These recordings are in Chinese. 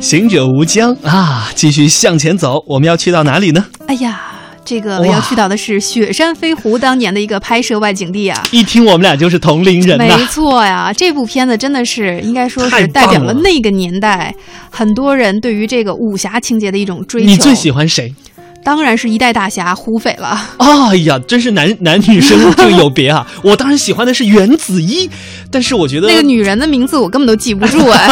行者无疆啊！继续向前走，我们要去到哪里呢？哎呀，这个要去到的是《雪山飞狐》当年的一个拍摄外景地啊！一听我们俩就是同龄人呐、没错呀，这部片子真的是应该说太是棒代表了了那个年代很多人对于这个武侠情节的一种追求。你最喜欢谁？当然是一代大侠胡斐了。哎呀，真是男男女生这个有别 啊！我当然喜欢的是袁子一，但是我觉得那个女人的名字我根本都记不住 哎，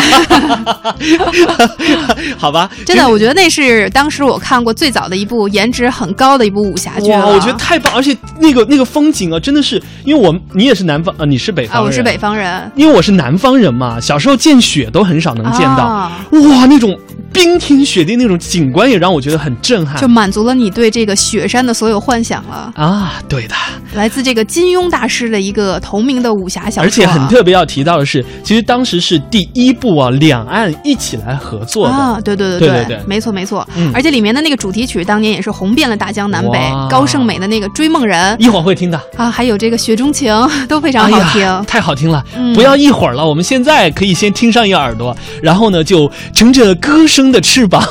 好吧，真的，我觉得那是当时我看过最早的一部颜值很高的一部武侠剧哇，了。我觉得太棒，而且那个那个风景啊，真的是，因为我们你也是南方啊、你是北方啊，人，我是北，方人，因为我是南方人嘛，小时候见雪都很少能见到，啊哇，那种冰天雪地那种景观也让我觉得很震撼就满足了你对这个雪山的所有幻想了。啊，对的，来自这个金庸大师的一个同名的武侠小说啊，而且很特别要提到的是，其实当时是第一部啊，两岸一起来合作的。啊，对对对对对对没错没错、嗯而且里面的那个主题曲当年也是红遍了大江南北哇，高胜美的那个《追梦人》一会儿会听的，啊，还有这个《雪中情》 都非常哎好呀，听。太好听了、嗯不要一会儿了，我们现在可以先听上一耳朵，然后呢，就乘着歌声的翅膀，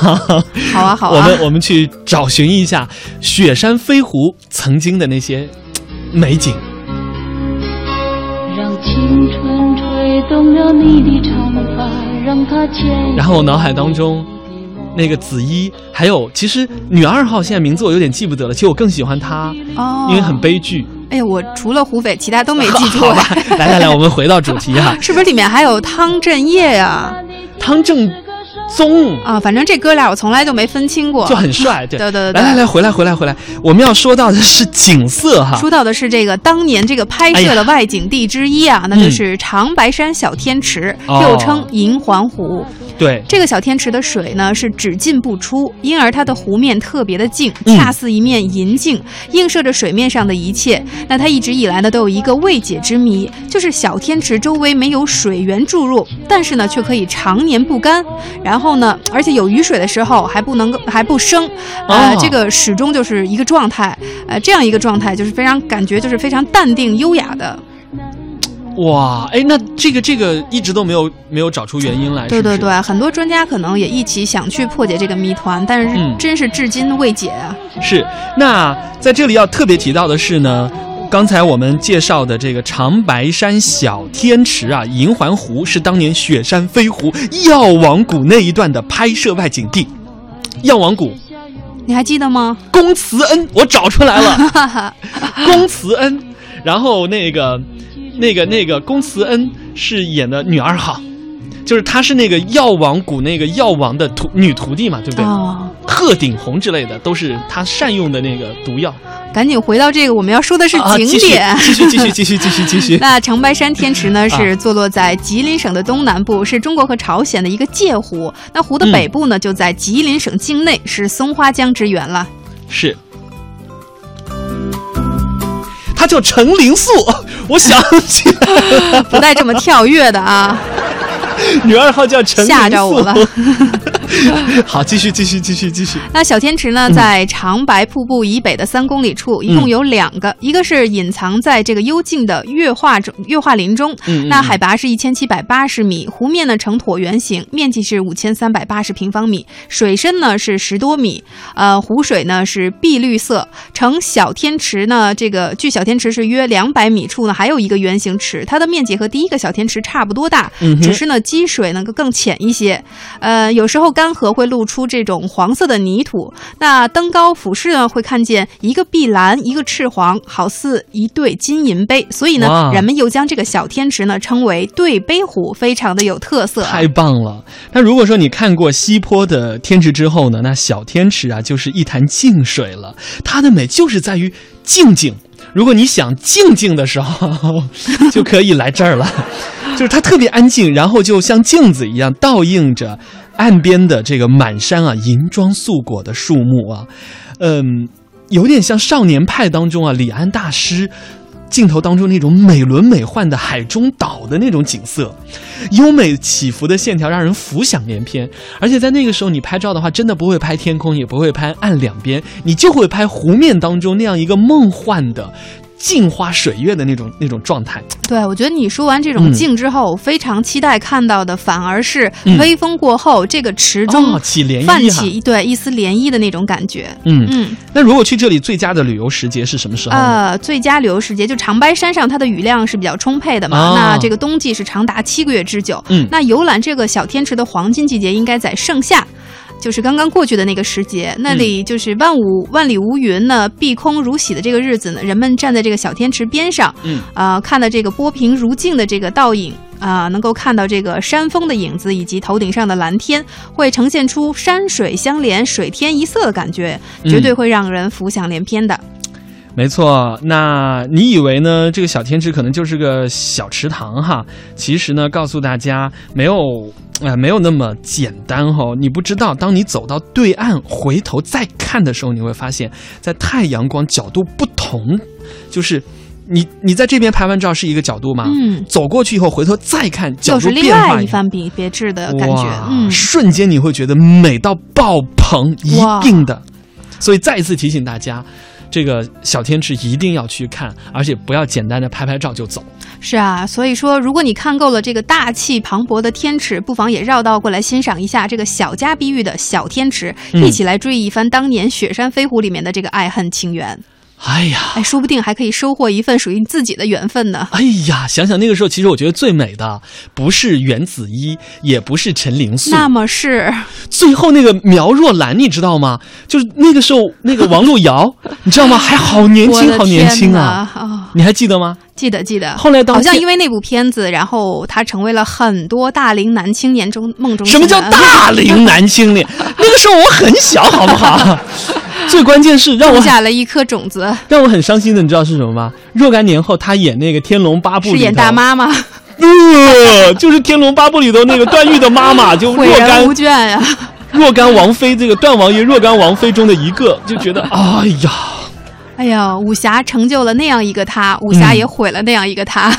好啊好啊， 我们我们去找寻一下雪山飞狐曾经的那些嘖美景。让青春吹动了你的长发，让它牵。然后我脑海当中，那个紫衣，还有其实女二号现在名字我有点记不得了，其实我更喜欢她，哦，因为很悲剧。哎呀，我除了胡斐，其他都没记住 好啊吧，来来来，我们回到主题啊 ，是不是里面还有汤镇业呀、汤正宗啊？反正这哥俩我从来就没分清过。就很帅，对嗯对对对对来来来，回来回来回来，我们要说到的是景色哈。哎说到的是这个当年这个拍摄的外景地之一啊，那就是长白山小天池，嗯哦又称银环湖。对，这个小天池的水呢是只进不出，因而它的湖面特别的静，嗯恰似一面银镜，映射着水面上的一切。那它一直以来呢都有一个未解之谜，就是小天池周围没有水源注入，但是呢却可以常年不干。然后呢，而且有雨水的时候还不能够还不生，呃，哦这个始终就是一个状态，呃，这样一个状态就是非常感觉就是非常淡定优雅的。哇，哎，那这个这个一直都没有没有找出原因来，对是不对是对，很多专家可能也一起想去破解这个谜团，但是嗯真是至今未解啊。是，那在这里要特别提到的是呢，刚才我们介绍的这个长白山小天池啊，银环湖是当年雪山飞狐药王谷那一段的拍摄外景地。药王谷，你还记得吗？龚慈恩，我找出来了， 龚慈恩。然后那个、那个、那个龚慈恩是演的女二号，就是她是那个药王谷那个药王的徒女徒弟嘛，对不对？哦，鹤顶红之类的都是她善用的那个毒药。赶紧回到这个我们要说的是啊景点。 继续继续继 续继续继续继续。那长白山天池啊呢，是坐落在吉林省的东南部，是中国和朝鲜的一个界湖。那湖的嗯北部呢，就在吉林省境内，是松花江之源 了。是。他叫陈灵素，我想起来 不带这么跳跃 的啊！女二号叫陈灵素。吓着我了。 好，继续继续继续继续。那小天池嗯呢，在长白瀑布以北的三公里处，一共有两个，一个是隐藏在这个幽静的月化中月化林中，嗯嗯那海拔是一千七百八十米，湖面呢呈椭圆形，面积是五千三百八十平方米，水深呢是十多米，呃，湖水呢是碧绿色。呈小天池呢，这个距小天池是约两百米处呢，还有一个圆形池，它的面积和第一个小天池差不多大，嗯哼只是呢积水呢更浅一些。呃，有时候干涸会露出这种黄色的泥土。那登高俯视呢，会看见一个碧蓝，一个赤黄，好似一对金银杯。所以呢哇，人们又将这个小天池呢称为对杯湖，非常的有特色啊。太棒了！那如果说你看过西坡的天池之后呢，那小天池啊就是一潭静水了。它的美就是在于静静。如果你想静静的时候， 就可以来这儿了。 就是它特别安静，然后就像镜子一样倒映着岸边的这个满山啊银装素裹的树木啊，嗯，有点像少年派当中啊李安大师镜头当中那种美轮美奂的海中岛的那种景色。优美起伏的线条让人浮想联翩。而且在那个时候，你拍照的话，真的不会拍天空，也不会拍岸两边，你就会拍湖面当中那样一个梦幻的。镜花水月的那嗯种那种状态。对，我觉得你说完这种嗯静之后，我非常期待看到的反而是嗯微风过后，这个池中哦，起涟泛漪起哈。一对一丝涟漪的那种感觉。嗯，嗯，那如果去这里最佳的旅游时节是什么时候呢？呃，最佳旅游时节就长白山上，它的雨量是比较充沛的嘛。哦那这个冬季是长达七个月之久。嗯那游览这个小天池的黄金季节应该在盛夏。就是刚刚过去的那个时节，那嗯里就是万五万里无云呢，碧空如洗的这个日子呢，人们站在这个小天池边上，嗯，啊，看到这个波平如镜的这个倒影啊、能够看到这个山峰的影子以及头顶上的蓝天，会呈现出山水相连、水天一色的感觉，嗯绝对会让人浮想联翩的。没错，那你以为呢？这个小天池可能就是个小池塘哈，其实呢，告诉大家没有，呃，没有那么简单哦。你不知道，当你走到对岸回头再看的时候，你会发现，在太阳光角度不同，就是你你在这边拍完照是一个角度嘛，嗯，走过去以后回头再看，角就度是另变化外一番别别致的感觉哇。嗯，瞬间你会觉得美到爆棚，一哇定的。所以再一次提醒大家，这个小天池一定要去看，而且不要简单的拍拍照就走。是啊，所以说，如果你看够了这个大气磅礴的天池，不妨也绕道过来欣赏一下这个小家碧玉的小天池，嗯一起来追忆一番当年《雪山飞狐》里面的这个爱恨情缘。哎呀，哎，说不定还可以收获一份属于你自己的缘分呢。哎呀，想想那个时候，其实我觉得最美的不是袁子一，也不是陈灵素，那么是最后那个苗若兰，你知道吗？就是那个时候那个王璐 瑶，你知道吗？还好年我轻，的好年轻天啊！呐！哦，你还记得吗？记得记得，后来到好像现因为那部片子，然后他成为了很多大龄男青年中梦中情什么叫人大龄男青 年？那个时候我很小，好不好？最关键是让我种很下了一颗种子，让我很伤心的，你知道是什么吗？若干年后，他演那个《天龙八部》是里演头大，妈吗？呃，就是《天龙八部》里头那个段誉的妈妈，就 毁若人干无倦呀、若干王妃，这个段王爷若干王妃中的一个，就 觉得哎呀，哎呀，武侠成就了那样一个他，武侠也毁了那样一个他。